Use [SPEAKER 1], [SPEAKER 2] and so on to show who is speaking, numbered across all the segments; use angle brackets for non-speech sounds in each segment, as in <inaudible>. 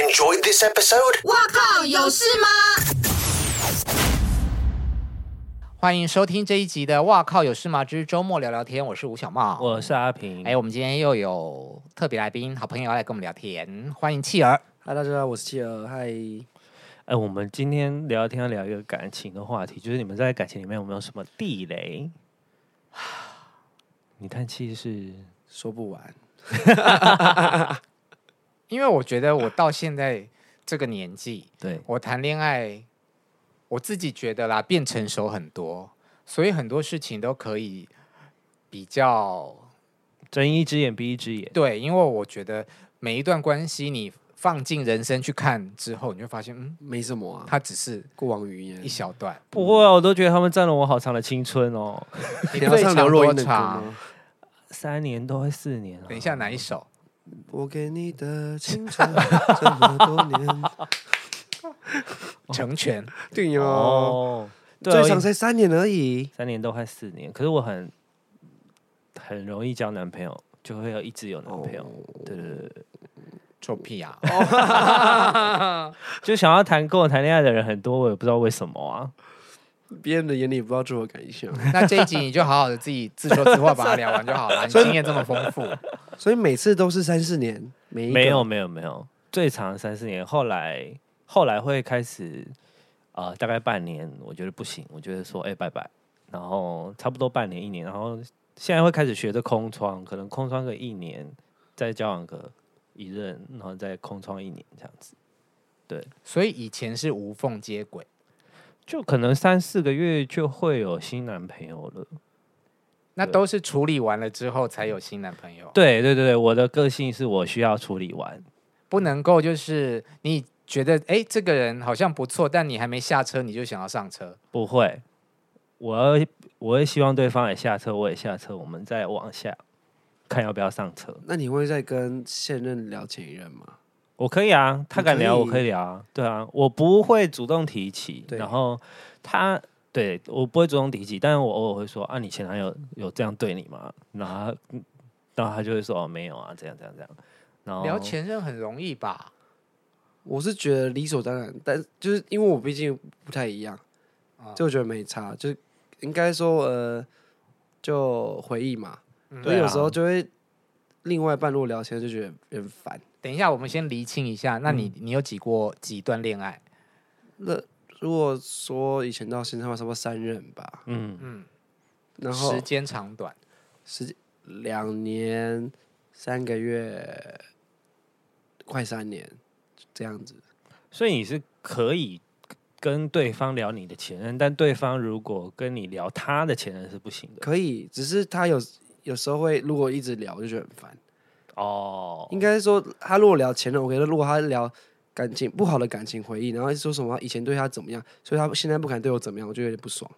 [SPEAKER 1] enjoyed this episode?
[SPEAKER 2] 哇靠，有事吗？
[SPEAKER 3] 欢迎收听这一集的《哇靠有事吗之周末聊聊天》，我是吴小茂。
[SPEAKER 4] 我是阿平。
[SPEAKER 3] 哎，我们今天又有特别来宾，好朋友要来跟我们聊天，欢迎弃儿。
[SPEAKER 5] 啊嗨，大家好，我是企鹅。嗨，
[SPEAKER 4] 哎，我们今天聊天要聊一个感情的话题，就是你们在感情里面有没有什么地雷？ <sighs> 你叹气是
[SPEAKER 5] 说不完，
[SPEAKER 3] 因为我觉得我到现在这个年
[SPEAKER 5] <laughs>
[SPEAKER 3] 纪，
[SPEAKER 4] 对，
[SPEAKER 3] 我谈恋爱，我自己觉得啦，变成熟很多，所以很多事情都可以比较
[SPEAKER 4] 睁一只眼闭一只眼。
[SPEAKER 3] 对，因为我觉得每一段关系，你放进人生去看之后，你就发现，嗯，
[SPEAKER 5] 没什么啊，
[SPEAKER 3] 它只是
[SPEAKER 5] 过往语言
[SPEAKER 3] 一。小段。
[SPEAKER 4] 不会啊，我都觉得他们占了我好长的青春哦，
[SPEAKER 3] 你
[SPEAKER 5] <laughs> 你要
[SPEAKER 3] 最
[SPEAKER 5] 唱
[SPEAKER 3] 长
[SPEAKER 5] 刘若
[SPEAKER 3] 多
[SPEAKER 5] 英的歌
[SPEAKER 3] 长？
[SPEAKER 5] 吗？
[SPEAKER 4] 三年多快四年了。
[SPEAKER 3] 等一下，哪一首？
[SPEAKER 5] 我给你的青 <laughs> 春这么多年，
[SPEAKER 3] 成全。
[SPEAKER 5] <laughs> 对哟、
[SPEAKER 4] 哦，对啊，
[SPEAKER 5] 最长
[SPEAKER 4] 我
[SPEAKER 5] 才三年而已。
[SPEAKER 4] 三年多快四年，可是我很很容易交男朋友，就会要一直有男朋友。对对对对，
[SPEAKER 3] 臭屁啊！
[SPEAKER 4] 就想要谈跟我谈恋爱的人很多，我也不知道为什么啊。
[SPEAKER 5] 别人的眼里不知道自我感想，
[SPEAKER 3] 那这一集你就好好的自己自说自话把它聊完就好了。你经验这么丰富，
[SPEAKER 5] <laughs> 所以每次都是三四年，每一个
[SPEAKER 4] 没有没有没有，最长三四年，后来后来会开始，呃，大概半年，我觉得不行，我觉得说，哎、拜拜，然后差不多半年一年，然后现在会开始学着空窗，可能空窗个一年，再交往个一任，然后再空窗一年这样子，
[SPEAKER 3] 所以以前是无缝接轨。
[SPEAKER 4] 就可能三四个月就会有新男朋友了。
[SPEAKER 3] 那
[SPEAKER 4] 对
[SPEAKER 3] 都是处理完了之后才有新男朋友，
[SPEAKER 4] 对对对对，我的个性是我需要处理完，
[SPEAKER 3] 不能够就是你觉得哎这个人好像不错，但你还没下车你就想要上车，
[SPEAKER 4] 不会，我要我会希望对方也下车，我也下车，我们再往下看要不要上车。
[SPEAKER 5] 那你会再跟现任聊前一任吗？
[SPEAKER 4] 我可以啊，他
[SPEAKER 5] 你
[SPEAKER 4] 敢
[SPEAKER 5] 可
[SPEAKER 4] 聊我
[SPEAKER 5] 以
[SPEAKER 4] 可以聊啊，对啊，我不会主动提起，
[SPEAKER 5] 对
[SPEAKER 4] 然后他对我不会主动提起，但是我偶尔会说啊，你前男友有这样对你吗？然后他嗯然后他就会说哦没有啊，这样这样这样，然后
[SPEAKER 3] 聊前任很容易吧？
[SPEAKER 5] 我是觉得理所当然，但就是因为我毕竟不太一样，就我觉得没差，就是应该说呃，就回忆嘛。所以
[SPEAKER 4] 对啊
[SPEAKER 5] 有时候就会另外半路聊天就觉得有点烦。
[SPEAKER 3] 等一下，我们先厘清一下，那你、你有几过几段恋爱？
[SPEAKER 5] 那如果说以前到现在的话，差不多三任吧，
[SPEAKER 4] 嗯
[SPEAKER 5] 然后
[SPEAKER 3] 时间长短，
[SPEAKER 5] 十两年、三个月、快三年这样子。
[SPEAKER 4] 所以你是可以跟对方聊你的前任，但对方如果跟你聊他的前任是不行的
[SPEAKER 5] 可以，只是他有有时候会，如果一直聊，我就觉得很烦。
[SPEAKER 4] 哦。
[SPEAKER 5] 应该说，他如果聊前任，OK；那如果他聊感情不好的感情回忆，然后说什么以前对他怎么样，所以他现在不敢对我怎么样，我就有点不爽。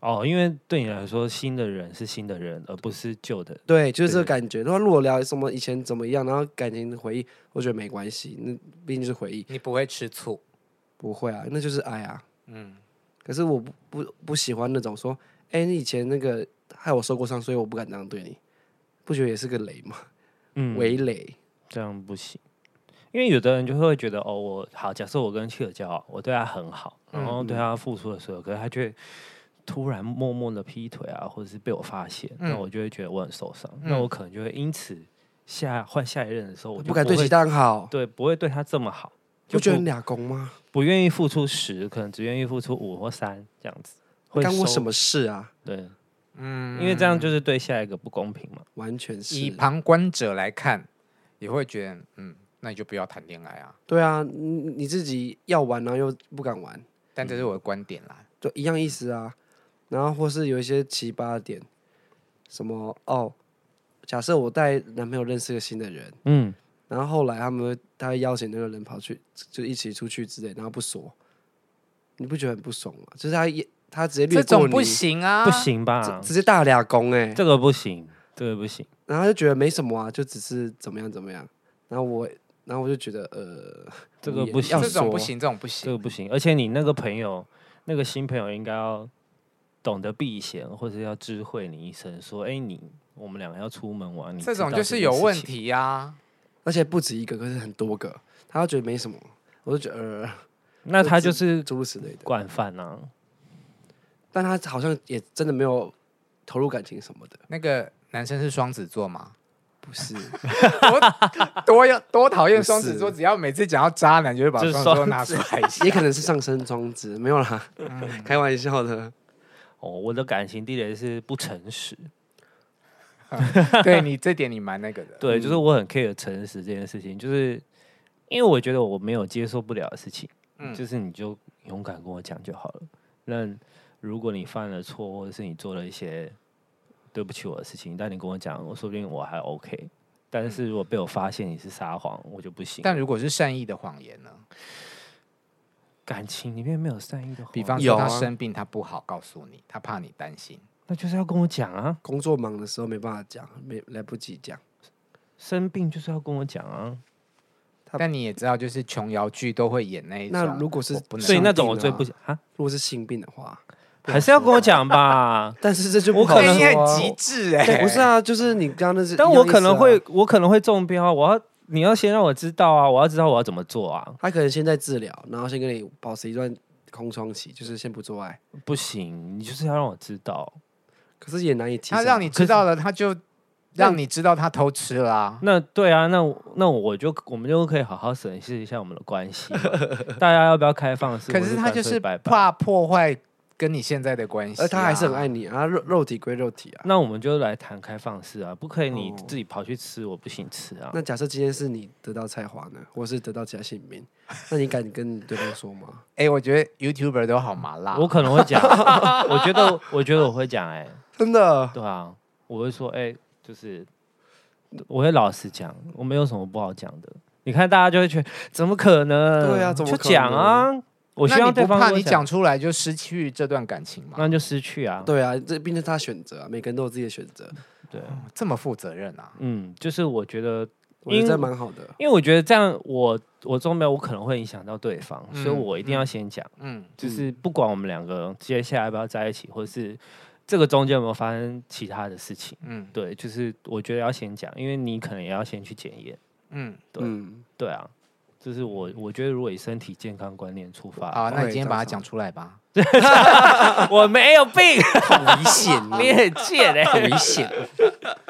[SPEAKER 4] 哦，因为对你来说，新的人是新的人，而不是旧的。
[SPEAKER 5] 对，就是这个感觉。然后如果聊什么以前怎么样，然后感情的回忆，我觉得没关系，那毕竟就是回忆，
[SPEAKER 3] 你不会吃醋，
[SPEAKER 5] 不会啊，那就是爱啊。嗯，可是我不不不喜欢那种说，哎、你以前那个害我受过伤，所以我不敢这样对你，不觉得也是个雷吗？
[SPEAKER 4] 嗯，
[SPEAKER 5] 围雷，
[SPEAKER 4] 这样不行，因为有的人就会觉得哦，我好，假设我跟契尔交往，我对他很好，
[SPEAKER 5] 嗯
[SPEAKER 4] 然后对他付出了所有，可是他却突然默默的劈腿啊，或者是被我发现，那
[SPEAKER 3] 嗯
[SPEAKER 4] 我就会觉得我很受伤，那我可能就会因此下换下一任的时候，我就
[SPEAKER 5] 不敢对
[SPEAKER 4] 会
[SPEAKER 5] 嗯其他人好，
[SPEAKER 4] 对不会对他这么好，
[SPEAKER 5] 不
[SPEAKER 4] 就
[SPEAKER 5] 觉得
[SPEAKER 4] 不
[SPEAKER 5] 俩公吗？
[SPEAKER 4] 不愿意付出十，可能只愿意付出五或三这样子，会
[SPEAKER 5] 干过
[SPEAKER 4] 收
[SPEAKER 5] 什？么事啊？
[SPEAKER 4] 对，
[SPEAKER 3] 嗯，
[SPEAKER 4] 因为这样就是对下一个不公平嘛。
[SPEAKER 5] 完全是
[SPEAKER 3] 以旁观者来看，也会觉得，嗯，那你就不要谈恋爱啊。
[SPEAKER 5] 对啊，你你自己要玩，然后又不敢玩，
[SPEAKER 3] 但这是我的观点啦。
[SPEAKER 5] 就一样意思啊。然后或是有一些奇葩的点，什么哦，假设我带男朋友认识个新的人，
[SPEAKER 4] 嗯，
[SPEAKER 5] 然后后来他们会他会邀请那个人跑去就一起出去之类，然后不说，你不觉得很不爽吗？就是他也他直接
[SPEAKER 3] 这
[SPEAKER 5] 略过
[SPEAKER 3] 种
[SPEAKER 5] 你，
[SPEAKER 3] 不行啊，
[SPEAKER 4] 不，行吧？
[SPEAKER 5] 直接大俩公哎、
[SPEAKER 4] 这个不行，这个不行。
[SPEAKER 5] 然后他就觉得没什么啊，就只是怎么样怎么样。然后我然后我就觉得呃，
[SPEAKER 4] 这
[SPEAKER 5] 我
[SPEAKER 4] 个
[SPEAKER 5] 也
[SPEAKER 4] 不行
[SPEAKER 5] 要
[SPEAKER 3] 这种
[SPEAKER 5] 说
[SPEAKER 3] 不行，这种不
[SPEAKER 4] 这
[SPEAKER 3] 行。
[SPEAKER 4] 个不行。而且你那个朋友，那个新朋友应该要懂得避嫌，或者要知会你一声，说：“哎、你我们两个要出门玩。你”
[SPEAKER 3] 这种就是有问。题啊。
[SPEAKER 5] 而且不止一个，可是很多个，他觉得没什么，我就觉得呃，
[SPEAKER 4] 那他就
[SPEAKER 5] 就是诸如此类的。
[SPEAKER 4] 惯犯啊呐。
[SPEAKER 5] 但他好像也真的没有投入感情什么的，
[SPEAKER 3] 那个男生是双子座吗？
[SPEAKER 5] 不是？
[SPEAKER 3] 多要多讨厌
[SPEAKER 5] 不
[SPEAKER 3] 双子座，
[SPEAKER 5] 是
[SPEAKER 3] 只要每次讲到渣男，就会把
[SPEAKER 4] 就是
[SPEAKER 3] 双子座
[SPEAKER 4] 双
[SPEAKER 3] 拿出来一下。
[SPEAKER 5] <laughs> 也可能是上升装置，没有啦，
[SPEAKER 4] 嗯
[SPEAKER 5] 开玩笑的。
[SPEAKER 4] 哦，我的感情地雷是不诚实，
[SPEAKER 5] <laughs>
[SPEAKER 3] 对你这点你蛮那个的，
[SPEAKER 4] 对，就是我很 care 诚实这件事情，就是因为我觉得我没有接受不了的事情，
[SPEAKER 3] 嗯
[SPEAKER 4] 就是你就勇敢跟我讲就好了。那如果你犯了错，或者是你做了一些对不起我的事情，但你跟我讲，我说不定我还 OK。但是如果被我发现你是撒谎，我就不行。
[SPEAKER 3] 嗯但如果是善意的谎言呢？
[SPEAKER 4] 感情里面没有善意的谎，
[SPEAKER 3] 比方
[SPEAKER 5] 有
[SPEAKER 3] 说
[SPEAKER 5] 啊
[SPEAKER 3] 他生病，他不好告诉你，他怕你担心。
[SPEAKER 4] 那就是要跟我讲啊，
[SPEAKER 5] 工作忙的时候没办法讲，没来不及讲。
[SPEAKER 4] 生病就是要跟我讲啊。
[SPEAKER 5] 他
[SPEAKER 3] 但你也知道，就是琼瑶剧都会演那一种。
[SPEAKER 5] 那如果是
[SPEAKER 3] 我不能
[SPEAKER 4] 所以那
[SPEAKER 5] 生病
[SPEAKER 4] 种我最不
[SPEAKER 5] 啊
[SPEAKER 4] 想啊，
[SPEAKER 5] 如果是性病的话，
[SPEAKER 3] 啊
[SPEAKER 4] 还是要跟我讲吧。
[SPEAKER 5] 但是这就
[SPEAKER 4] 我
[SPEAKER 5] 不好
[SPEAKER 4] 可
[SPEAKER 3] 哎
[SPEAKER 4] 能
[SPEAKER 3] 你
[SPEAKER 5] 说啊
[SPEAKER 3] 很极致哎、
[SPEAKER 5] 对不是啊，就是你刚刚那是，
[SPEAKER 4] 但我可
[SPEAKER 5] 一样意
[SPEAKER 4] 能
[SPEAKER 5] 思啊
[SPEAKER 4] 会，，我可能会中标啊。我要，你要先让我知道啊，我要知道我要怎么做啊。
[SPEAKER 5] 他可能先在治疗，然后先跟你保持一段空窗期，就是先不做爱，
[SPEAKER 4] 不行，你就是要让我知道。
[SPEAKER 5] 可是也难以提升啊。
[SPEAKER 3] 他让你知道了，他就让你知道他偷吃了、啊。
[SPEAKER 4] 那对啊，那我那我就我们就可以好好审视一下我们的关系
[SPEAKER 5] <laughs>
[SPEAKER 4] 嘛，大家要不要开放式？
[SPEAKER 3] 可
[SPEAKER 4] 或
[SPEAKER 3] 是他
[SPEAKER 4] 干
[SPEAKER 3] 就
[SPEAKER 4] 脆
[SPEAKER 3] 是
[SPEAKER 4] 拜拜
[SPEAKER 3] 怕破坏跟你现在的关系、啊，
[SPEAKER 5] 而他还是很爱你啊，肉肉体归肉体啊。
[SPEAKER 4] 那我们就来谈开放式啊，不可以你
[SPEAKER 5] 哦
[SPEAKER 4] 自己跑去吃，我不行吃啊。
[SPEAKER 5] 那假设今天是你得到菜花呢，或是得到其他姓名，那你敢跟你对方说吗？
[SPEAKER 3] 哎、我觉得 YouTuber 都好麻
[SPEAKER 5] 啊
[SPEAKER 3] 辣，
[SPEAKER 4] 我可能会
[SPEAKER 5] <laughs>
[SPEAKER 4] 讲，我觉得我觉得我会讲，哎，
[SPEAKER 5] 真的，
[SPEAKER 4] 对啊，我会说，哎，就是我会老实讲，我没有什么不好讲的。你看大家就会觉得怎么可能？
[SPEAKER 5] 对啊怎么
[SPEAKER 4] 就
[SPEAKER 5] 可
[SPEAKER 4] 讲啊？我希
[SPEAKER 3] 那
[SPEAKER 4] 望
[SPEAKER 3] 你
[SPEAKER 4] 对
[SPEAKER 3] 不
[SPEAKER 4] 方
[SPEAKER 3] 怕
[SPEAKER 4] 跟我
[SPEAKER 3] 你讲，出来就失去这段感情吗？
[SPEAKER 4] 那就失去啊。
[SPEAKER 5] 对啊，这毕竟是他选择啊，每个人都有自己的选择，
[SPEAKER 4] 对，
[SPEAKER 3] 这么负责任啊？
[SPEAKER 4] 嗯，就是我觉得，
[SPEAKER 5] 我觉得
[SPEAKER 4] 因
[SPEAKER 5] 这蛮好的。
[SPEAKER 4] 因为我觉得这样我我中标，我可能会影响到对方，
[SPEAKER 3] 嗯
[SPEAKER 4] 所以我一定要先讲，
[SPEAKER 3] 嗯，
[SPEAKER 4] 就是不管我们两个接下来要不要在一起，或是这个中间有没有发生其他的事情，
[SPEAKER 3] 嗯
[SPEAKER 4] 对，就是我觉得要先讲，因为你可能也要先去检验，
[SPEAKER 3] 嗯，
[SPEAKER 4] 对
[SPEAKER 5] 嗯，
[SPEAKER 4] 对啊。就是我，我觉得如果以身体健康观念出发，
[SPEAKER 3] 好，那你
[SPEAKER 5] 对
[SPEAKER 3] 今天
[SPEAKER 5] 这
[SPEAKER 3] 把它
[SPEAKER 5] 样
[SPEAKER 3] 讲出来吧。
[SPEAKER 4] 我没有病，
[SPEAKER 5] 好危险啊，
[SPEAKER 4] 你很贱哎、
[SPEAKER 5] <laughs> 好危险，
[SPEAKER 4] <laughs>
[SPEAKER 5] 啊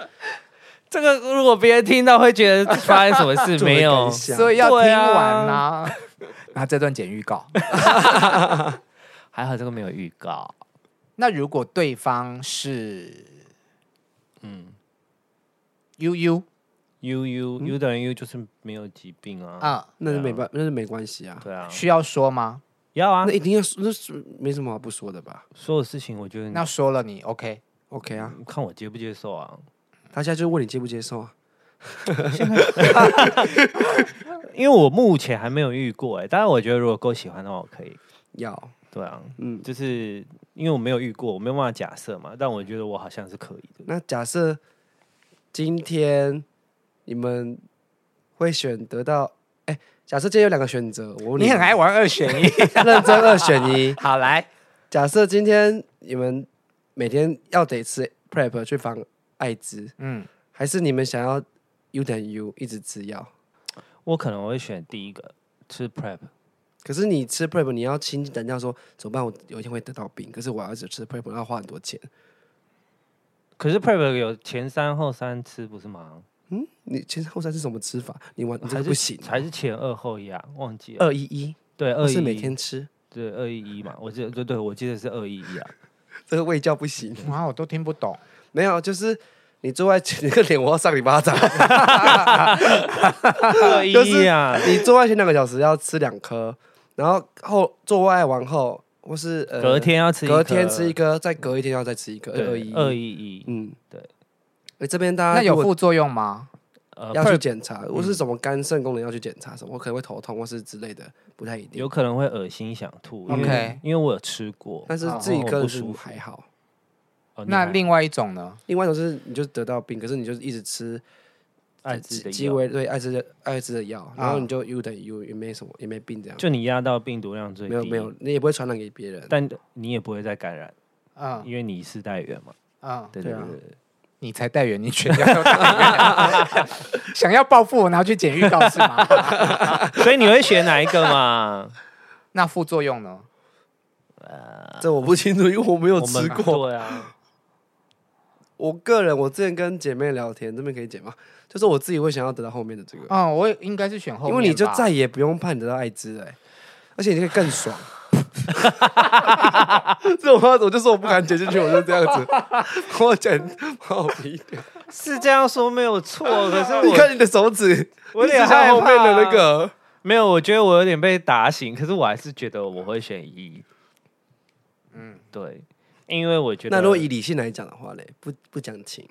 [SPEAKER 4] 这个如果别人听到会觉得发生什么
[SPEAKER 5] <laughs>
[SPEAKER 4] 事没
[SPEAKER 5] 这么
[SPEAKER 4] 有
[SPEAKER 5] 敢？想
[SPEAKER 3] 所以要听
[SPEAKER 4] 对啊
[SPEAKER 3] 完呐、 <laughs> 那这段剪预告。
[SPEAKER 4] 还好这个没有预告，
[SPEAKER 3] 那如果对方是
[SPEAKER 4] 嗯
[SPEAKER 3] 悠悠
[SPEAKER 4] ，U U
[SPEAKER 5] 嗯
[SPEAKER 4] U 等于 U 就是没有疾病啊，
[SPEAKER 3] 啊，
[SPEAKER 5] <laughs> 那是没办，那是没关系啊，
[SPEAKER 4] 对啊，
[SPEAKER 3] 需要说吗？
[SPEAKER 4] 要啊
[SPEAKER 5] 那，一定要说，那是没什么好不说的吧
[SPEAKER 4] 所有事情我觉
[SPEAKER 5] 嗯
[SPEAKER 4] 得你
[SPEAKER 3] 那说了你 OK，
[SPEAKER 5] ？OK 啊，
[SPEAKER 4] 看我接不接受啊，
[SPEAKER 5] 他现在就问你接不接受啊？
[SPEAKER 4] 因为我目前还没有遇过哎、欸，但是我觉得如果够喜欢的话，我可以，
[SPEAKER 5] 要，
[SPEAKER 4] 对啊，
[SPEAKER 5] 嗯，
[SPEAKER 4] 就是因为我没有遇过，我没有办法假设嘛，但我觉得我好像是可以的，
[SPEAKER 5] 那假设今天你们会选得到，哎、假设今天有两个选择，我问
[SPEAKER 3] 你很
[SPEAKER 5] 们
[SPEAKER 3] 爱玩二选
[SPEAKER 5] <laughs>
[SPEAKER 3] 一。
[SPEAKER 5] 认真二选一。
[SPEAKER 3] 好来，
[SPEAKER 5] 假设今天你们每天要得吃 prep 去防艾滋，
[SPEAKER 3] 嗯，
[SPEAKER 5] 还是你们想要 U 等 U 一直吃药？
[SPEAKER 4] 我可能会选第一个吃 prep，
[SPEAKER 5] 可是你吃 prep，你要亲人家说怎么办？我有一天会得到病，可是我要一直吃 prep，我要花很多钱。
[SPEAKER 4] 可是 prep 有前三后三吃不是吗？
[SPEAKER 5] 你其实后三是什么吃法？你完你真
[SPEAKER 4] 还
[SPEAKER 5] 的
[SPEAKER 4] 是
[SPEAKER 5] 不行，啊
[SPEAKER 4] 还是前二后一啊？忘记了，
[SPEAKER 5] 二一一，
[SPEAKER 4] 对，
[SPEAKER 5] 不
[SPEAKER 4] 二一
[SPEAKER 5] 是每天吃，
[SPEAKER 4] 对二一一
[SPEAKER 5] <laughs>
[SPEAKER 4] 嘛，我记得对对，我记得是二一一啊，
[SPEAKER 5] 这个味觉不行。
[SPEAKER 3] 哇，我都听不懂。
[SPEAKER 5] 没有，就是你做爱前，你个脸我要上你巴掌。
[SPEAKER 4] <laughs> 二一
[SPEAKER 5] 就是
[SPEAKER 4] 一
[SPEAKER 5] <laughs>
[SPEAKER 4] 啊，
[SPEAKER 5] 你做爱前两个小时要吃两颗，然后后做爱完后，或是、呃、
[SPEAKER 4] 隔天要吃一
[SPEAKER 5] 隔天吃一
[SPEAKER 4] 个，
[SPEAKER 5] 颗，再隔一天要再吃一颗，二
[SPEAKER 4] 对
[SPEAKER 5] 一
[SPEAKER 4] 二一一，
[SPEAKER 5] 嗯，
[SPEAKER 4] 对。
[SPEAKER 5] 哎，这边大家
[SPEAKER 3] 那有
[SPEAKER 5] 如果
[SPEAKER 3] 副作用吗？
[SPEAKER 4] 呃
[SPEAKER 5] 要去
[SPEAKER 4] ，prep
[SPEAKER 5] 检查，或是什么肝肾功能要去检查什么，我可能会头痛或是之类的，不太一定
[SPEAKER 4] 有。可能会恶心想吐。因为
[SPEAKER 3] OK
[SPEAKER 4] 因为我有吃过。
[SPEAKER 5] 但是
[SPEAKER 3] 哦
[SPEAKER 5] 自己
[SPEAKER 4] 我
[SPEAKER 5] 个
[SPEAKER 4] 啊不
[SPEAKER 5] 人是
[SPEAKER 4] 舒服
[SPEAKER 5] 还好。
[SPEAKER 4] 哦你
[SPEAKER 3] 那
[SPEAKER 4] 还
[SPEAKER 3] 另外一种呢？
[SPEAKER 5] 另外一种是你就得到病，可是你就是一直吃呃
[SPEAKER 4] 艾滋的
[SPEAKER 5] 鸡
[SPEAKER 4] 药，啊
[SPEAKER 5] 尾对艾滋的艾滋的药，然后你就 U 等于 U，也没什么，也没病这样。
[SPEAKER 4] 就你压到病毒量最低，
[SPEAKER 5] 没有没有，，你也不会传染给别人。
[SPEAKER 4] 但你也不会再感染，
[SPEAKER 3] 嗯
[SPEAKER 4] 因为你是带源嘛。
[SPEAKER 3] 嗯，
[SPEAKER 4] 对
[SPEAKER 5] 啊对
[SPEAKER 4] 对
[SPEAKER 5] 啊
[SPEAKER 4] 对对，
[SPEAKER 3] 你才带原你全家 <laughs> 都带原想要报复我，拿去剪预告是吗？
[SPEAKER 4] <laughs> 所以你会选哪一个嘛？
[SPEAKER 3] 那副作用呢？
[SPEAKER 5] 这我不清楚，因为我没有
[SPEAKER 4] 我
[SPEAKER 5] 吃
[SPEAKER 4] 们
[SPEAKER 5] 过。
[SPEAKER 4] 对啊，
[SPEAKER 5] 我个人，我之前跟姐妹聊天，这边可以剪吗？就是我自己会想要得到后面的这个，
[SPEAKER 3] 嗯，我也应该是选后面
[SPEAKER 5] 因
[SPEAKER 3] 吧，
[SPEAKER 5] 为你就再也不用怕你得到艾滋了、欸而且你会
[SPEAKER 4] <laughs>
[SPEAKER 5] 更爽。这种话我就说我不敢剪进去，我就这样子，我剪把我逼掉。
[SPEAKER 4] 是这样说没有错，可是
[SPEAKER 5] 你看
[SPEAKER 4] <laughs> 我
[SPEAKER 5] 你的手指，
[SPEAKER 4] 我有
[SPEAKER 5] 你指
[SPEAKER 4] 点
[SPEAKER 5] 向
[SPEAKER 4] 害
[SPEAKER 5] 后面的那
[SPEAKER 4] 怕
[SPEAKER 5] 个。
[SPEAKER 4] 没有，我觉得我有点被打醒，可是我还是觉得我会选一。嗯，对，因为我觉得
[SPEAKER 5] 那如果以理性来讲的话嘞，不不讲情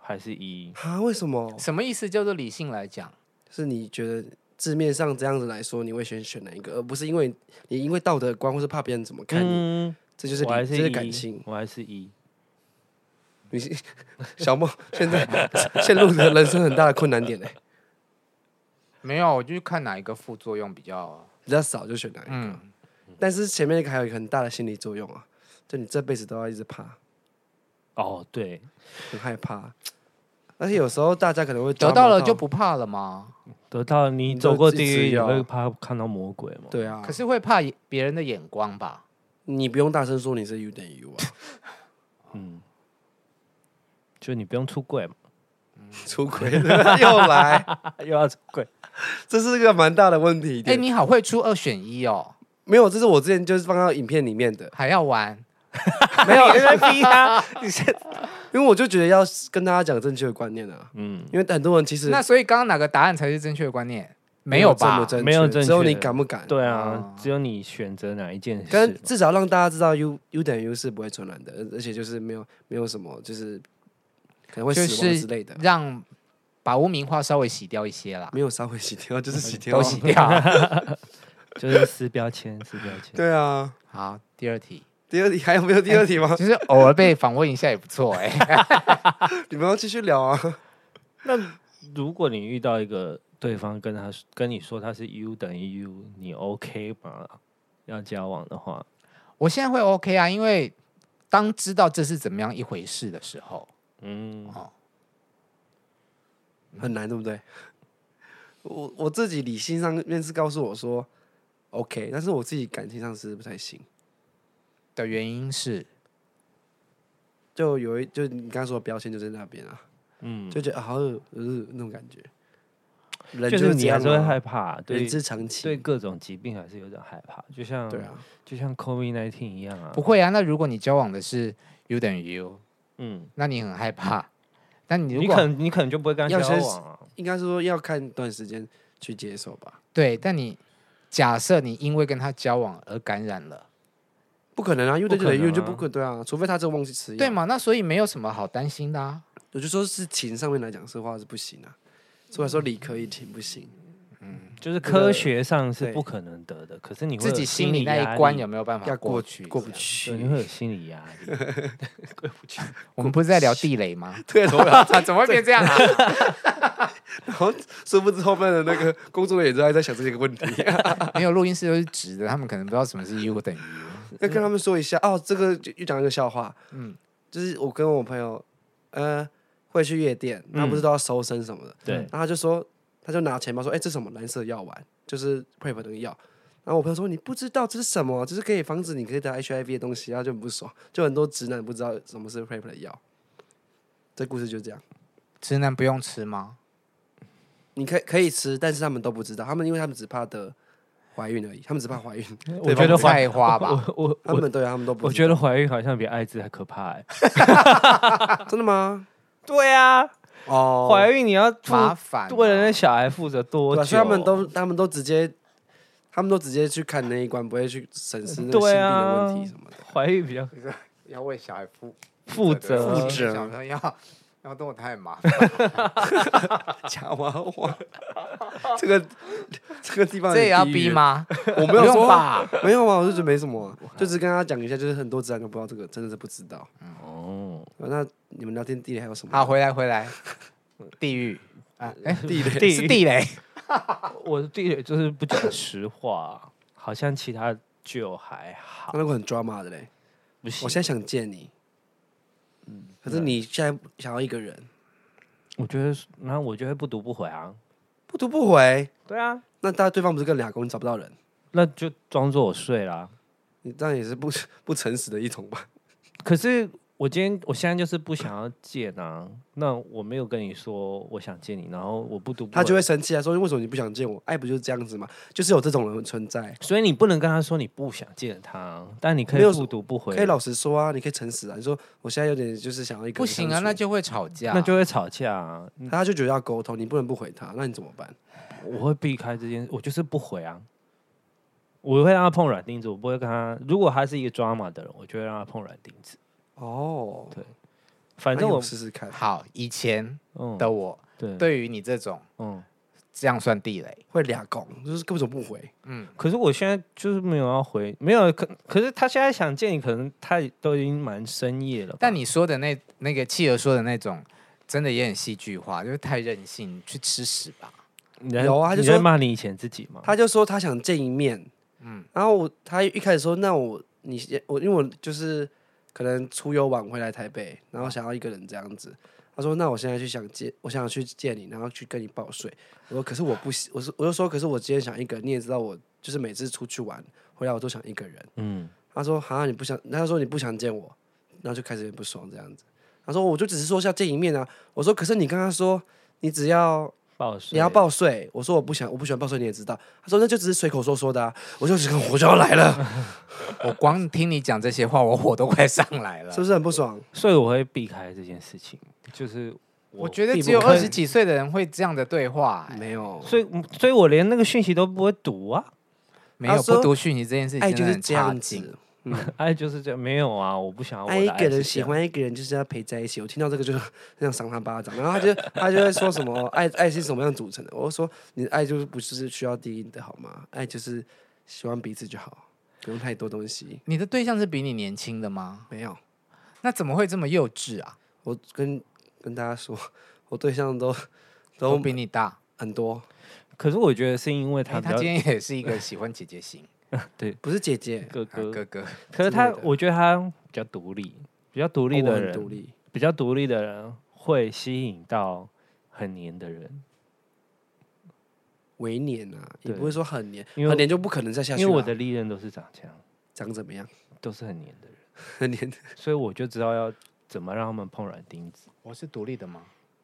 [SPEAKER 4] 还是一，
[SPEAKER 5] 啊？为什么？
[SPEAKER 3] 什么意思？叫做理性来讲，
[SPEAKER 5] 是你觉得字面上这样子来说，你会选选哪一个，而不是因为你因为道德观或是怕别人怎么看你，
[SPEAKER 4] 嗯，
[SPEAKER 5] 这就是理
[SPEAKER 4] 我还
[SPEAKER 5] 这
[SPEAKER 4] 是
[SPEAKER 5] 是
[SPEAKER 4] 一
[SPEAKER 5] 感性。
[SPEAKER 4] 我还是一。
[SPEAKER 5] 你是小莫现在 <laughs> 陷入了人生很大的困难点嘞，
[SPEAKER 3] 没有，我就看哪一个副作用比较，
[SPEAKER 5] 比较少就选哪一个。啊
[SPEAKER 3] 嗯，
[SPEAKER 5] 但是前面那个还有一个很大的心理作用啊，就你这辈子都要一直怕，
[SPEAKER 4] 哦，对，
[SPEAKER 5] 很害怕。而且有时候大家可能会
[SPEAKER 3] 得
[SPEAKER 5] 抓
[SPEAKER 3] 到
[SPEAKER 5] 摸
[SPEAKER 3] 了就不怕了吗？
[SPEAKER 4] 得到你
[SPEAKER 5] 你
[SPEAKER 4] 走
[SPEAKER 5] 就
[SPEAKER 4] 过
[SPEAKER 5] 自
[SPEAKER 4] 地
[SPEAKER 5] 自
[SPEAKER 4] 狱，你
[SPEAKER 5] 由
[SPEAKER 4] 会怕看到魔鬼吗？
[SPEAKER 5] 对啊，
[SPEAKER 3] 可是会怕别人的眼光吧？
[SPEAKER 5] 你不用大声说你是 U 等于 U 啊，
[SPEAKER 4] 嗯，就你不用出柜嘛，
[SPEAKER 5] 出轨 <laughs> 又来。
[SPEAKER 4] 又要出 <laughs> 柜，
[SPEAKER 5] 这是一个蛮大的问题
[SPEAKER 3] 哎、
[SPEAKER 5] 点。
[SPEAKER 3] 你好会出二选一哦，
[SPEAKER 5] 没有，这是我之前就是放到影片里面的，
[SPEAKER 3] 还要玩，
[SPEAKER 4] 没有，你在逼
[SPEAKER 5] <laughs>
[SPEAKER 4] 他，你是
[SPEAKER 5] 因为我就觉得要跟大家讲正确的观念啊，
[SPEAKER 4] 嗯，
[SPEAKER 5] 因为很多人其实
[SPEAKER 3] 那所以刚刚哪个答案才是正确的观念？没有
[SPEAKER 5] 这么
[SPEAKER 3] 吧？
[SPEAKER 5] 正确
[SPEAKER 4] 没有正确
[SPEAKER 5] 只有你敢不敢？，
[SPEAKER 4] 对啊，只有你选择哪一件事
[SPEAKER 5] 哦跟
[SPEAKER 4] 嘛，
[SPEAKER 5] 至少让大家知道 U U 等于 U 是不会传染的，而而且就是没有没有什么就是可能会死
[SPEAKER 3] 就
[SPEAKER 5] 亡
[SPEAKER 3] 是
[SPEAKER 5] 之类的，
[SPEAKER 3] 让把污名化稍微洗掉一些啦，
[SPEAKER 5] 没有稍微洗掉就是洗掉
[SPEAKER 3] 都洗。掉。
[SPEAKER 4] 就是撕标签，撕标签。
[SPEAKER 5] <laughs> 对啊，
[SPEAKER 3] 好，第二题，
[SPEAKER 5] 第二题还有没有第二题吗？ <laughs>
[SPEAKER 3] 其实偶尔被访问一下也不错哎、
[SPEAKER 5] 你们要继续聊啊。
[SPEAKER 4] <laughs> 那如果你遇到一个对方跟他跟你说他是 U 等于 U，你 OK 吗？要交往的话，
[SPEAKER 3] <laughs> 我现在会 OK 啊，因为当知道这是怎么样一回事的时候，
[SPEAKER 4] 嗯，
[SPEAKER 5] 很难，对不对？我我自己理性上面是告诉我说 OK，但是我自己感情上是不太行。
[SPEAKER 3] 的原因是，
[SPEAKER 5] 就有一就你刚刚说的标签就在那边啊，
[SPEAKER 4] 嗯，
[SPEAKER 5] 就觉得啊好恶呃那种感觉，人
[SPEAKER 4] 就是是你还是
[SPEAKER 5] 这
[SPEAKER 4] 会
[SPEAKER 5] 样啊
[SPEAKER 4] 害怕，对
[SPEAKER 5] 人之常
[SPEAKER 4] 对嗯
[SPEAKER 5] 情，
[SPEAKER 4] 各种疾病还是有点害怕，就像
[SPEAKER 5] 对啊，
[SPEAKER 4] 就像 COVID nineteen 一样啊
[SPEAKER 3] 不，会啊。那如果你交往的是 U 等于 U，
[SPEAKER 4] 嗯，
[SPEAKER 3] 那你很害怕，那你如
[SPEAKER 4] 你
[SPEAKER 3] 果
[SPEAKER 4] 可能你可能就不会跟他
[SPEAKER 5] 要
[SPEAKER 4] 交
[SPEAKER 5] 先
[SPEAKER 4] 往啊，
[SPEAKER 5] 应该说要看一段时间去接受吧，
[SPEAKER 3] 对，但你假设你因为跟他交往而感染了，
[SPEAKER 5] 不可能啊，因为
[SPEAKER 4] 不
[SPEAKER 5] 对
[SPEAKER 4] 可
[SPEAKER 5] 对，因为
[SPEAKER 4] 能
[SPEAKER 5] 就
[SPEAKER 4] 啊
[SPEAKER 5] 不可对啊，除非他真的忘记吃药，
[SPEAKER 3] 对？嘛？那所以没有什么好担心的啊。
[SPEAKER 5] 我就说是情上面来讲，是话是不行啊，所以说理可以，情不行，啊
[SPEAKER 4] 就是
[SPEAKER 5] 这
[SPEAKER 4] 科
[SPEAKER 5] 个
[SPEAKER 4] 学上是
[SPEAKER 5] 对
[SPEAKER 4] 不可能得的，可是你会
[SPEAKER 3] 自
[SPEAKER 4] 有
[SPEAKER 3] 己
[SPEAKER 4] 心
[SPEAKER 3] 心里那
[SPEAKER 4] 压
[SPEAKER 3] 一关
[SPEAKER 4] 力
[SPEAKER 3] 有没有办法
[SPEAKER 5] 要过
[SPEAKER 3] 嗯去？
[SPEAKER 5] 过不
[SPEAKER 3] 这样。
[SPEAKER 4] 对，你
[SPEAKER 5] 去。
[SPEAKER 4] 会有心理压力。
[SPEAKER 3] 我们不是在聊地雷吗？
[SPEAKER 5] <laughs> 对啊，
[SPEAKER 3] 啊， <laughs> 怎么会变这样啊？
[SPEAKER 5] 然后殊不知后面的那个工作人员也在在想这些个问题，
[SPEAKER 3] <laughs> 没有录音室都是直的，他们可能不知道什么是 U 等于 U。
[SPEAKER 5] 要跟他们说一下哦，这个就又讲一个笑话，嗯，就是我跟我朋友，呃，会去夜店，那不是都要搜身什么的，
[SPEAKER 4] 对
[SPEAKER 5] 然后他就说，他就拿钱包说，哎、这什么蓝色药丸，就是 Prep 那个药。然后我朋友说你不知道这是什么，这是可以防止你可以得 HIV 的东西，然后就很不爽，就很多直男不知道什么是 Prep 的药。这故事就这样，
[SPEAKER 3] 直男不用吃吗？
[SPEAKER 5] 你可以可以吃，但是他们都不知道，他们因为他们只怕得怀孕而已，他们只怕怀孕，
[SPEAKER 4] 我觉得怀
[SPEAKER 3] 菜花吧，
[SPEAKER 4] <laughs> 我我
[SPEAKER 5] 他们对啊他们都不
[SPEAKER 4] 我
[SPEAKER 5] 知道
[SPEAKER 4] 觉得怀孕好像比艾滋还可怕哎。
[SPEAKER 5] 真的吗？
[SPEAKER 4] 对啊，
[SPEAKER 5] 哦，
[SPEAKER 4] <laughs> 怀孕你要负
[SPEAKER 3] 麻烦啊
[SPEAKER 4] 为了那小孩负责多
[SPEAKER 5] 对
[SPEAKER 4] 久？
[SPEAKER 5] 啊所以他们都他们都直接，他们都直接去看那一关，不会去审视那个性
[SPEAKER 4] 对
[SPEAKER 5] 病
[SPEAKER 4] 啊
[SPEAKER 5] 的问题什么的。
[SPEAKER 4] <laughs> 怀孕比较
[SPEAKER 3] 要为小孩负
[SPEAKER 4] 负责。
[SPEAKER 5] 负责
[SPEAKER 3] 想说要 <laughs> 要动太麻烦。
[SPEAKER 5] <laughs> 夹娃娃，这个这个地方
[SPEAKER 3] 这也要
[SPEAKER 5] 很地狱
[SPEAKER 3] 逼？吗？
[SPEAKER 5] <laughs> 我没有
[SPEAKER 3] 不用
[SPEAKER 5] 说
[SPEAKER 3] 吧，
[SPEAKER 5] 没有啊，我就觉得没什么啊，就只是跟他讲一下，就是很多直男都不知道这个，真的是不知道。
[SPEAKER 4] 哦，
[SPEAKER 5] 啊那你们聊天地雷还有什么？
[SPEAKER 3] 好，回来回来， <laughs> 地狱啊，哎、
[SPEAKER 5] 地雷
[SPEAKER 3] <laughs>
[SPEAKER 4] 地
[SPEAKER 3] 是地雷，
[SPEAKER 4] 我的地雷就是不讲实话，好像其他就还好
[SPEAKER 5] 那。个很抓马的嘞，
[SPEAKER 4] 不行，
[SPEAKER 5] 我现在想见你，
[SPEAKER 3] 嗯
[SPEAKER 5] 可是你现在想要一个人，
[SPEAKER 4] 我觉得是，然后我就会不读不回啊。
[SPEAKER 5] 不读不回，
[SPEAKER 4] 对啊，
[SPEAKER 5] 那大家对方不是更俩工，你找不到人，
[SPEAKER 4] 那就装作我睡啦。
[SPEAKER 5] 你这样也是不 <laughs> 不诚实的一种吧？
[SPEAKER 4] 可是我今天，我现在就是不想要见啊。那我没有跟你说我想见你，然后我不读不回，
[SPEAKER 5] 他就会生气啊，说为什么你不想见我？爱不就是这样子吗？就是有这种人存在，
[SPEAKER 4] 所以你不能跟他说你不想见他，啊但你可
[SPEAKER 5] 没有
[SPEAKER 4] 以不读不回，
[SPEAKER 5] 可以老实说啊，你可以诚实啊，你说我现在有点就是想要一个人
[SPEAKER 3] 不行啊，
[SPEAKER 5] 相处
[SPEAKER 3] 那就会吵架，
[SPEAKER 4] 那就会吵架、啊。
[SPEAKER 5] 他就觉得要沟通，你不能不回他，那你怎么办？
[SPEAKER 4] 我会避开这件事，我就是不回啊。我会让他碰软钉子，我不会跟他。如果他是一个 drama 的人，我就会让他碰软钉子。
[SPEAKER 5] 哦，
[SPEAKER 4] 对反正
[SPEAKER 5] 那你
[SPEAKER 4] 我，
[SPEAKER 5] 试试看，
[SPEAKER 3] 好。以前
[SPEAKER 4] 嗯，
[SPEAKER 3] 的我
[SPEAKER 4] 对，
[SPEAKER 3] 对于你这种
[SPEAKER 4] 嗯。
[SPEAKER 3] 这样算地雷，
[SPEAKER 5] 会俩拱，就是根本就不回，
[SPEAKER 4] 可是我现在就是没有要回，没有可，可是他现在想见你，可能他也都已经蛮深夜了吧。
[SPEAKER 3] 但你说的那那个企鹅说的那种，真的也很戏剧化，就是太任性，去吃屎吧。
[SPEAKER 4] 你在
[SPEAKER 5] 有啊他就
[SPEAKER 4] 你在
[SPEAKER 5] 说
[SPEAKER 4] 骂你以前自己吗？
[SPEAKER 5] 他就说他想见一面，嗯，然后我他一开始说那我你先我因为我就是可能出游晚回来台北，然后想要一个人这样子。他说：“那我现在去想见，我想去见你，然后去跟你报睡。”我说：“可是我不喜，我说我就说，可是我今天想一个人，你也知道我，就是每次出去玩回来我都想一个人。”
[SPEAKER 4] 嗯，
[SPEAKER 5] 他说：“哈，你不想？”他说：“你不想见我。”然后就开始有点不爽这样子。他说：“我就只是说要见一面啊。”我说：“可是你刚刚说你只要
[SPEAKER 4] 报睡
[SPEAKER 5] 你要报税，我说我不想，我不喜欢报税，你也知道。”他说：“那就只是随口说说的啊。”我就只看我就要来了，
[SPEAKER 3] <laughs> 我光听你讲这些话，我火都快上来了
[SPEAKER 4] 啊
[SPEAKER 5] 是。不是很不爽？
[SPEAKER 4] 所以我会避开这件事情，就是
[SPEAKER 3] 我觉得
[SPEAKER 5] 避
[SPEAKER 3] 只
[SPEAKER 5] 不
[SPEAKER 3] 有
[SPEAKER 5] 开
[SPEAKER 3] 二十几岁的人会这样的对话、哎
[SPEAKER 5] 没有，
[SPEAKER 4] 所以所以我连那个讯息都不会读啊，
[SPEAKER 3] 没有
[SPEAKER 5] 他说
[SPEAKER 3] 不读讯息这件事情
[SPEAKER 5] 爱哎就
[SPEAKER 3] 真的
[SPEAKER 5] 是
[SPEAKER 3] 很
[SPEAKER 5] 这
[SPEAKER 3] 差
[SPEAKER 5] 样
[SPEAKER 3] 劲。
[SPEAKER 5] 子。
[SPEAKER 4] 爱哎就是这样，没有啊，我不想要哦我的
[SPEAKER 5] 爱一个
[SPEAKER 4] 是
[SPEAKER 5] 人，
[SPEAKER 4] 这
[SPEAKER 5] 哎喜
[SPEAKER 4] 样
[SPEAKER 5] 欢一个人，就是要陪在一起。我听到这个就是 <laughs> 很想赏他巴掌，然后
[SPEAKER 4] <laughs>
[SPEAKER 5] 他就他就会说什么哦爱爱是什么样组成的？我就说你的爱就是不是需要定义的好吗？爱就是喜欢彼此就好，不用太多东西。
[SPEAKER 3] 你的对象是比你年轻的吗？
[SPEAKER 5] 没有，
[SPEAKER 3] 那怎么会这么幼稚啊？
[SPEAKER 5] 我跟跟大家说，我对象都
[SPEAKER 3] 都
[SPEAKER 5] 都
[SPEAKER 3] 比你大。
[SPEAKER 5] 很多，
[SPEAKER 4] 可是我觉得是因为他
[SPEAKER 3] 哎
[SPEAKER 4] 比
[SPEAKER 3] 他
[SPEAKER 4] 较
[SPEAKER 3] 今天也是一个喜欢姐姐型
[SPEAKER 5] 不是姐姐，
[SPEAKER 4] 哥
[SPEAKER 3] 啊
[SPEAKER 4] 哥，
[SPEAKER 3] 哥哥，
[SPEAKER 4] 可是
[SPEAKER 5] 之
[SPEAKER 4] 他
[SPEAKER 5] 类的
[SPEAKER 4] 我觉得他比较独立，比较独立
[SPEAKER 5] 哦我
[SPEAKER 4] 的
[SPEAKER 5] 很
[SPEAKER 4] 人，
[SPEAKER 5] 独立。
[SPEAKER 4] 比较独立的人会吸引到很黏的人，
[SPEAKER 5] 为年啊，也
[SPEAKER 4] 对
[SPEAKER 5] 不会说很年，
[SPEAKER 4] 因为
[SPEAKER 5] 很年就不可能再下去、啊。
[SPEAKER 4] 因为我的利刃都是长这样，
[SPEAKER 5] 长怎么样？ <laughs>
[SPEAKER 4] 都是很黏的人，
[SPEAKER 5] 很年
[SPEAKER 4] 所以我就知道要怎么让他们碰软钉子。
[SPEAKER 3] 我是独立的吗？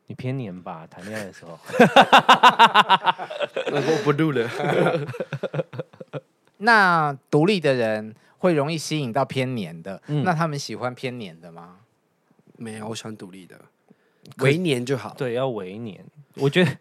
[SPEAKER 4] 你偏黏吧，谈恋爱的时候， <laughs>
[SPEAKER 5] 我不录了。
[SPEAKER 3] 那独立的人会容易吸引到偏黏的，
[SPEAKER 4] 嗯
[SPEAKER 3] 那他们喜欢偏黏的吗？
[SPEAKER 5] <laughs> 没有，我喜欢独立的，
[SPEAKER 4] 可
[SPEAKER 5] 为年就好。
[SPEAKER 4] 对，要为黏。我觉得 <laughs>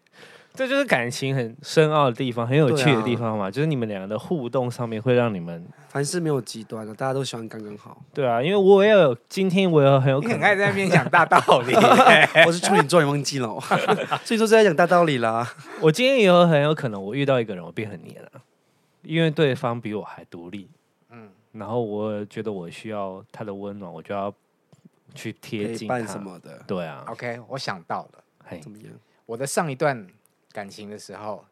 [SPEAKER 4] 这就是感情很深奥的地方，很有趣的地方
[SPEAKER 5] 啊
[SPEAKER 4] 嘛，就是你们两个的互动上面会让你们
[SPEAKER 5] 凡事没有极端啊的，大家都喜欢刚刚
[SPEAKER 4] <laughs>
[SPEAKER 5] 好。
[SPEAKER 4] 对啊，因为我也有今天我也很有
[SPEAKER 3] 你
[SPEAKER 4] 可
[SPEAKER 3] 很
[SPEAKER 4] 能
[SPEAKER 3] 爱在那边讲大道理、 <laughs>
[SPEAKER 5] 我是处女座，你忘记了？哦 <laughs> 所以说是在讲大道理
[SPEAKER 4] <laughs>
[SPEAKER 5] 啦。
[SPEAKER 4] 我今天以后很有可能我遇到一个人，我变很黏了、啊因为对方比我还独立。嗯，然后我觉得我需要他的温暖，我就要去贴
[SPEAKER 5] 陪
[SPEAKER 4] 近
[SPEAKER 5] 伴什
[SPEAKER 4] 他。
[SPEAKER 5] 么的，
[SPEAKER 4] 对啊，
[SPEAKER 3] OK，我想到了，
[SPEAKER 4] 嘿
[SPEAKER 5] 怎，么样？
[SPEAKER 3] 我的上一段感情的时候，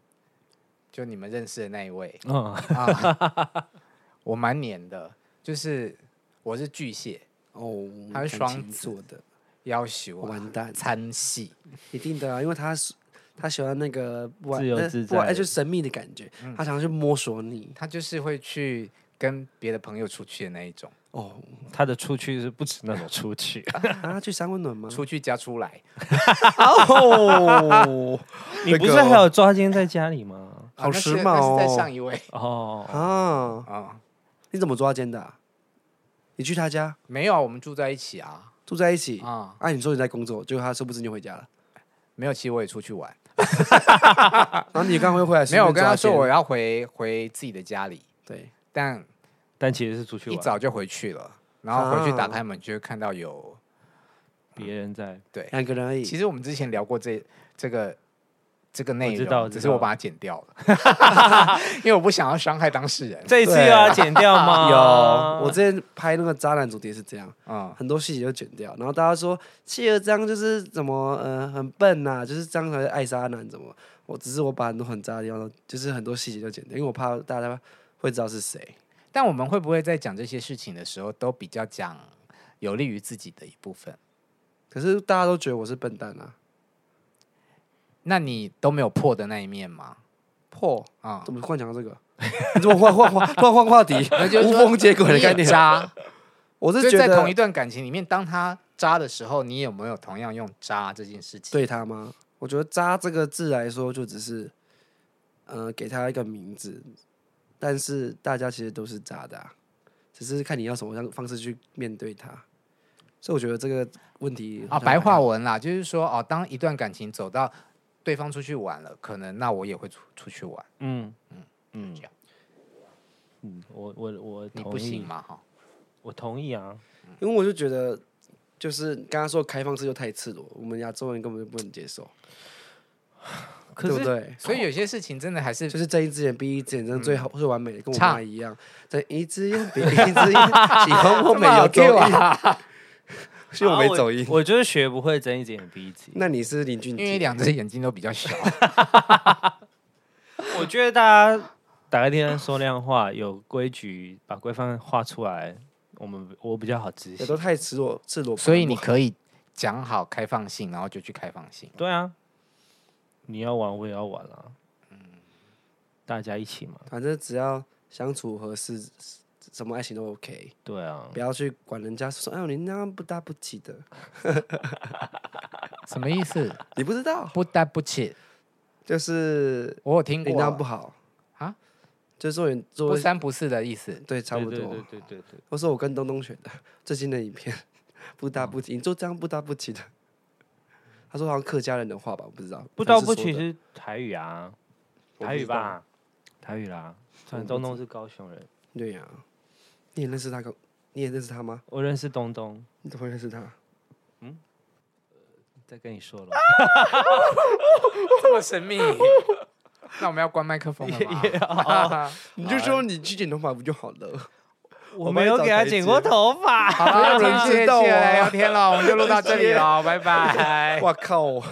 [SPEAKER 3] 就你们认识的那一位
[SPEAKER 4] 嗯，
[SPEAKER 3] 啊，我蛮黏的，就是我是巨蟹，
[SPEAKER 5] 哦，
[SPEAKER 3] 他是
[SPEAKER 5] 感
[SPEAKER 3] 双
[SPEAKER 5] 情
[SPEAKER 3] 子
[SPEAKER 5] 座的，
[SPEAKER 3] 要求啊，
[SPEAKER 5] 完蛋，
[SPEAKER 3] 参戏。
[SPEAKER 5] 一定的啊，因为他是他喜欢那个不安
[SPEAKER 4] 自由
[SPEAKER 5] 呃
[SPEAKER 4] 自
[SPEAKER 5] 不安
[SPEAKER 4] 在
[SPEAKER 5] 哎，就是神秘的感觉，
[SPEAKER 3] 嗯
[SPEAKER 5] 他想要去摸索你。
[SPEAKER 3] 他就是会去跟别的朋友出去的那一种，
[SPEAKER 4] 嗯
[SPEAKER 5] 哦， <laughs>
[SPEAKER 4] 他的出去是不止那种出去，
[SPEAKER 5] 他去三温暖吗？
[SPEAKER 3] 出去加出来，
[SPEAKER 5] 哦，
[SPEAKER 4] 你不是还有抓奸在家里吗？
[SPEAKER 3] 啊
[SPEAKER 5] 好
[SPEAKER 3] 那是
[SPEAKER 5] 时髦
[SPEAKER 3] 那是在
[SPEAKER 5] 哦
[SPEAKER 3] 上一位
[SPEAKER 5] <laughs>
[SPEAKER 4] 哦，
[SPEAKER 5] 啊？
[SPEAKER 3] 啊，
[SPEAKER 5] 你怎么抓奸的啊？你去他家
[SPEAKER 3] 没有啊，我们住在一起啊
[SPEAKER 5] 住在一起
[SPEAKER 3] 啊，
[SPEAKER 5] 啊？你说你在工作，结果他殊不知你回家了，
[SPEAKER 3] 没有，其实我也出去玩，
[SPEAKER 5] 然后你刚回回来，
[SPEAKER 3] 没有，我跟他说我
[SPEAKER 5] 要
[SPEAKER 3] 要回回自己的家里，
[SPEAKER 5] 对
[SPEAKER 3] 但
[SPEAKER 4] 但其实是出去
[SPEAKER 3] 一
[SPEAKER 4] 玩，
[SPEAKER 3] 早就回去了，然后
[SPEAKER 5] 啊
[SPEAKER 3] 回去打开门就会看到有，
[SPEAKER 4] 别人在
[SPEAKER 3] 对，
[SPEAKER 5] 两个人而已。
[SPEAKER 3] 其实我们之前聊过这这个。这个内
[SPEAKER 4] 我知道我
[SPEAKER 3] 容，
[SPEAKER 4] 知
[SPEAKER 3] 只
[SPEAKER 4] 道
[SPEAKER 3] 是我把它剪掉了， <laughs> 因为我不想要伤害当事人。
[SPEAKER 4] 这一次又
[SPEAKER 5] 对
[SPEAKER 4] 要剪掉吗？
[SPEAKER 5] <laughs> 有，我之前拍那个渣男主题是这样，
[SPEAKER 3] 嗯，
[SPEAKER 5] 很多细节就剪掉，然后大家说企鹅这样就是怎么呃很笨呐、就是这样才是爱渣男怎么？我只是我把很多很渣的地方都，就是很多细节就剪掉，因为我怕大家会知道是谁。
[SPEAKER 3] 但我们会不会在讲这些事情的时候，都比较讲有利于自己的一部分？
[SPEAKER 5] 可是大家都觉得我是笨蛋啊，
[SPEAKER 3] 那你都没有破的那一面吗？
[SPEAKER 5] 破
[SPEAKER 4] <laughs>
[SPEAKER 3] 啊、
[SPEAKER 5] 怎么突然讲到这个？ <laughs> 你怎么换换换乱换话题？
[SPEAKER 3] 那就是
[SPEAKER 5] 无
[SPEAKER 3] 说
[SPEAKER 5] 缝接轨的
[SPEAKER 3] 你
[SPEAKER 5] 概
[SPEAKER 3] 也
[SPEAKER 5] 念。
[SPEAKER 4] 啊
[SPEAKER 3] 渣，
[SPEAKER 5] 我
[SPEAKER 3] 就是是
[SPEAKER 5] 觉
[SPEAKER 3] 在同
[SPEAKER 5] 得
[SPEAKER 3] 一段感情里面，当他渣的时候，你有没有同样用渣这件事情？啊
[SPEAKER 5] 对他吗？我觉得“渣”这个字来说，就只是呃给他一个名字，但是大家其实都是渣的、啊，只是看你要什么样方式去面对他。所以我觉得这个问题
[SPEAKER 3] 啊，白话文啦，就是说哦，当一段感情走到对方出去玩了，可能那我也会出出去玩，
[SPEAKER 4] 嗯
[SPEAKER 3] 嗯
[SPEAKER 4] 嗯
[SPEAKER 3] 这样
[SPEAKER 4] 嗯，我我我
[SPEAKER 3] 你
[SPEAKER 4] 同
[SPEAKER 3] 不
[SPEAKER 4] 意
[SPEAKER 3] 行，吗？哈，
[SPEAKER 4] 我同意啊。
[SPEAKER 5] 因为我就觉得，就是刚刚说开放式又太赤裸，我们亚洲人根本就不能接受，
[SPEAKER 4] 可
[SPEAKER 5] 对不
[SPEAKER 4] 是
[SPEAKER 5] 对？
[SPEAKER 3] 所以有些事情真的还是
[SPEAKER 5] 哦
[SPEAKER 3] 嗯
[SPEAKER 5] 就是睁一只眼闭一只眼，真的最好、最完美的，跟我
[SPEAKER 3] 唱
[SPEAKER 5] 妈一样，睁一只眼闭一只眼，喜欢我没有走
[SPEAKER 3] <laughs> 这么好
[SPEAKER 5] 音，
[SPEAKER 3] 听啊
[SPEAKER 5] <laughs> 是我
[SPEAKER 4] 啊
[SPEAKER 5] 没走音。
[SPEAKER 4] 我就是学不会睁一只眼闭一只眼。
[SPEAKER 5] 那你是林俊
[SPEAKER 3] 因为
[SPEAKER 5] 杰，
[SPEAKER 3] 两只眼睛都比较
[SPEAKER 5] <laughs>
[SPEAKER 3] 小， <laughs>
[SPEAKER 4] 我觉得大家打开天说亮话，有规矩，把规范画出来，我们我比较好执
[SPEAKER 5] 也都
[SPEAKER 4] 行。
[SPEAKER 5] 太赤裸赤裸，
[SPEAKER 3] 所以你可以讲好开放性，然后就去开放性。
[SPEAKER 4] 对啊，你要玩我也要玩啊，
[SPEAKER 5] 嗯
[SPEAKER 4] 大家一起嘛。
[SPEAKER 5] 反正只要相处合适，什么爱情都 OK，
[SPEAKER 4] 对啊，
[SPEAKER 5] 不要去管人家说，哎呦，你那样不搭不起的，
[SPEAKER 3] 什么意思？
[SPEAKER 5] 你不知道，
[SPEAKER 3] 不搭不起，
[SPEAKER 5] 就是
[SPEAKER 3] 我有听
[SPEAKER 5] 你那样不
[SPEAKER 3] 过
[SPEAKER 5] 好
[SPEAKER 3] 啊，
[SPEAKER 5] 就是说你
[SPEAKER 3] 不
[SPEAKER 5] 做
[SPEAKER 3] 三不四的意思。
[SPEAKER 5] 对差不
[SPEAKER 4] 对
[SPEAKER 5] 多
[SPEAKER 4] 对，对对对
[SPEAKER 5] 或是我跟东东选的最新的影片，不搭不起，你做这样不搭不起的。他说好像客家人的话吧，我不知道。
[SPEAKER 4] 不到
[SPEAKER 5] 反
[SPEAKER 4] 不
[SPEAKER 5] 正是
[SPEAKER 4] 起
[SPEAKER 5] 说的
[SPEAKER 4] 是台语啊，
[SPEAKER 5] 我
[SPEAKER 4] 台
[SPEAKER 5] 不
[SPEAKER 4] 语
[SPEAKER 5] 知道
[SPEAKER 4] 吧，台语啦。算东东是高雄人，
[SPEAKER 5] 对呀、你也认识他个，你也认识他吗？
[SPEAKER 4] 我认识东东，
[SPEAKER 5] 你怎么会认识他？
[SPEAKER 4] 再跟你说了，
[SPEAKER 5] 啊
[SPEAKER 3] 这么神秘。那我们要关麦克风了吗？ <laughs>
[SPEAKER 5] 你就说你去剪头发不就好了？
[SPEAKER 4] 我没有给他剪过头发。
[SPEAKER 5] <laughs>
[SPEAKER 3] 好了，
[SPEAKER 5] 没有人
[SPEAKER 3] 谢谢
[SPEAKER 5] 知道
[SPEAKER 3] 哎
[SPEAKER 5] 啊 <laughs>
[SPEAKER 3] 来聊天了，我们就录到这里了，拜拜。
[SPEAKER 5] 哇靠！哦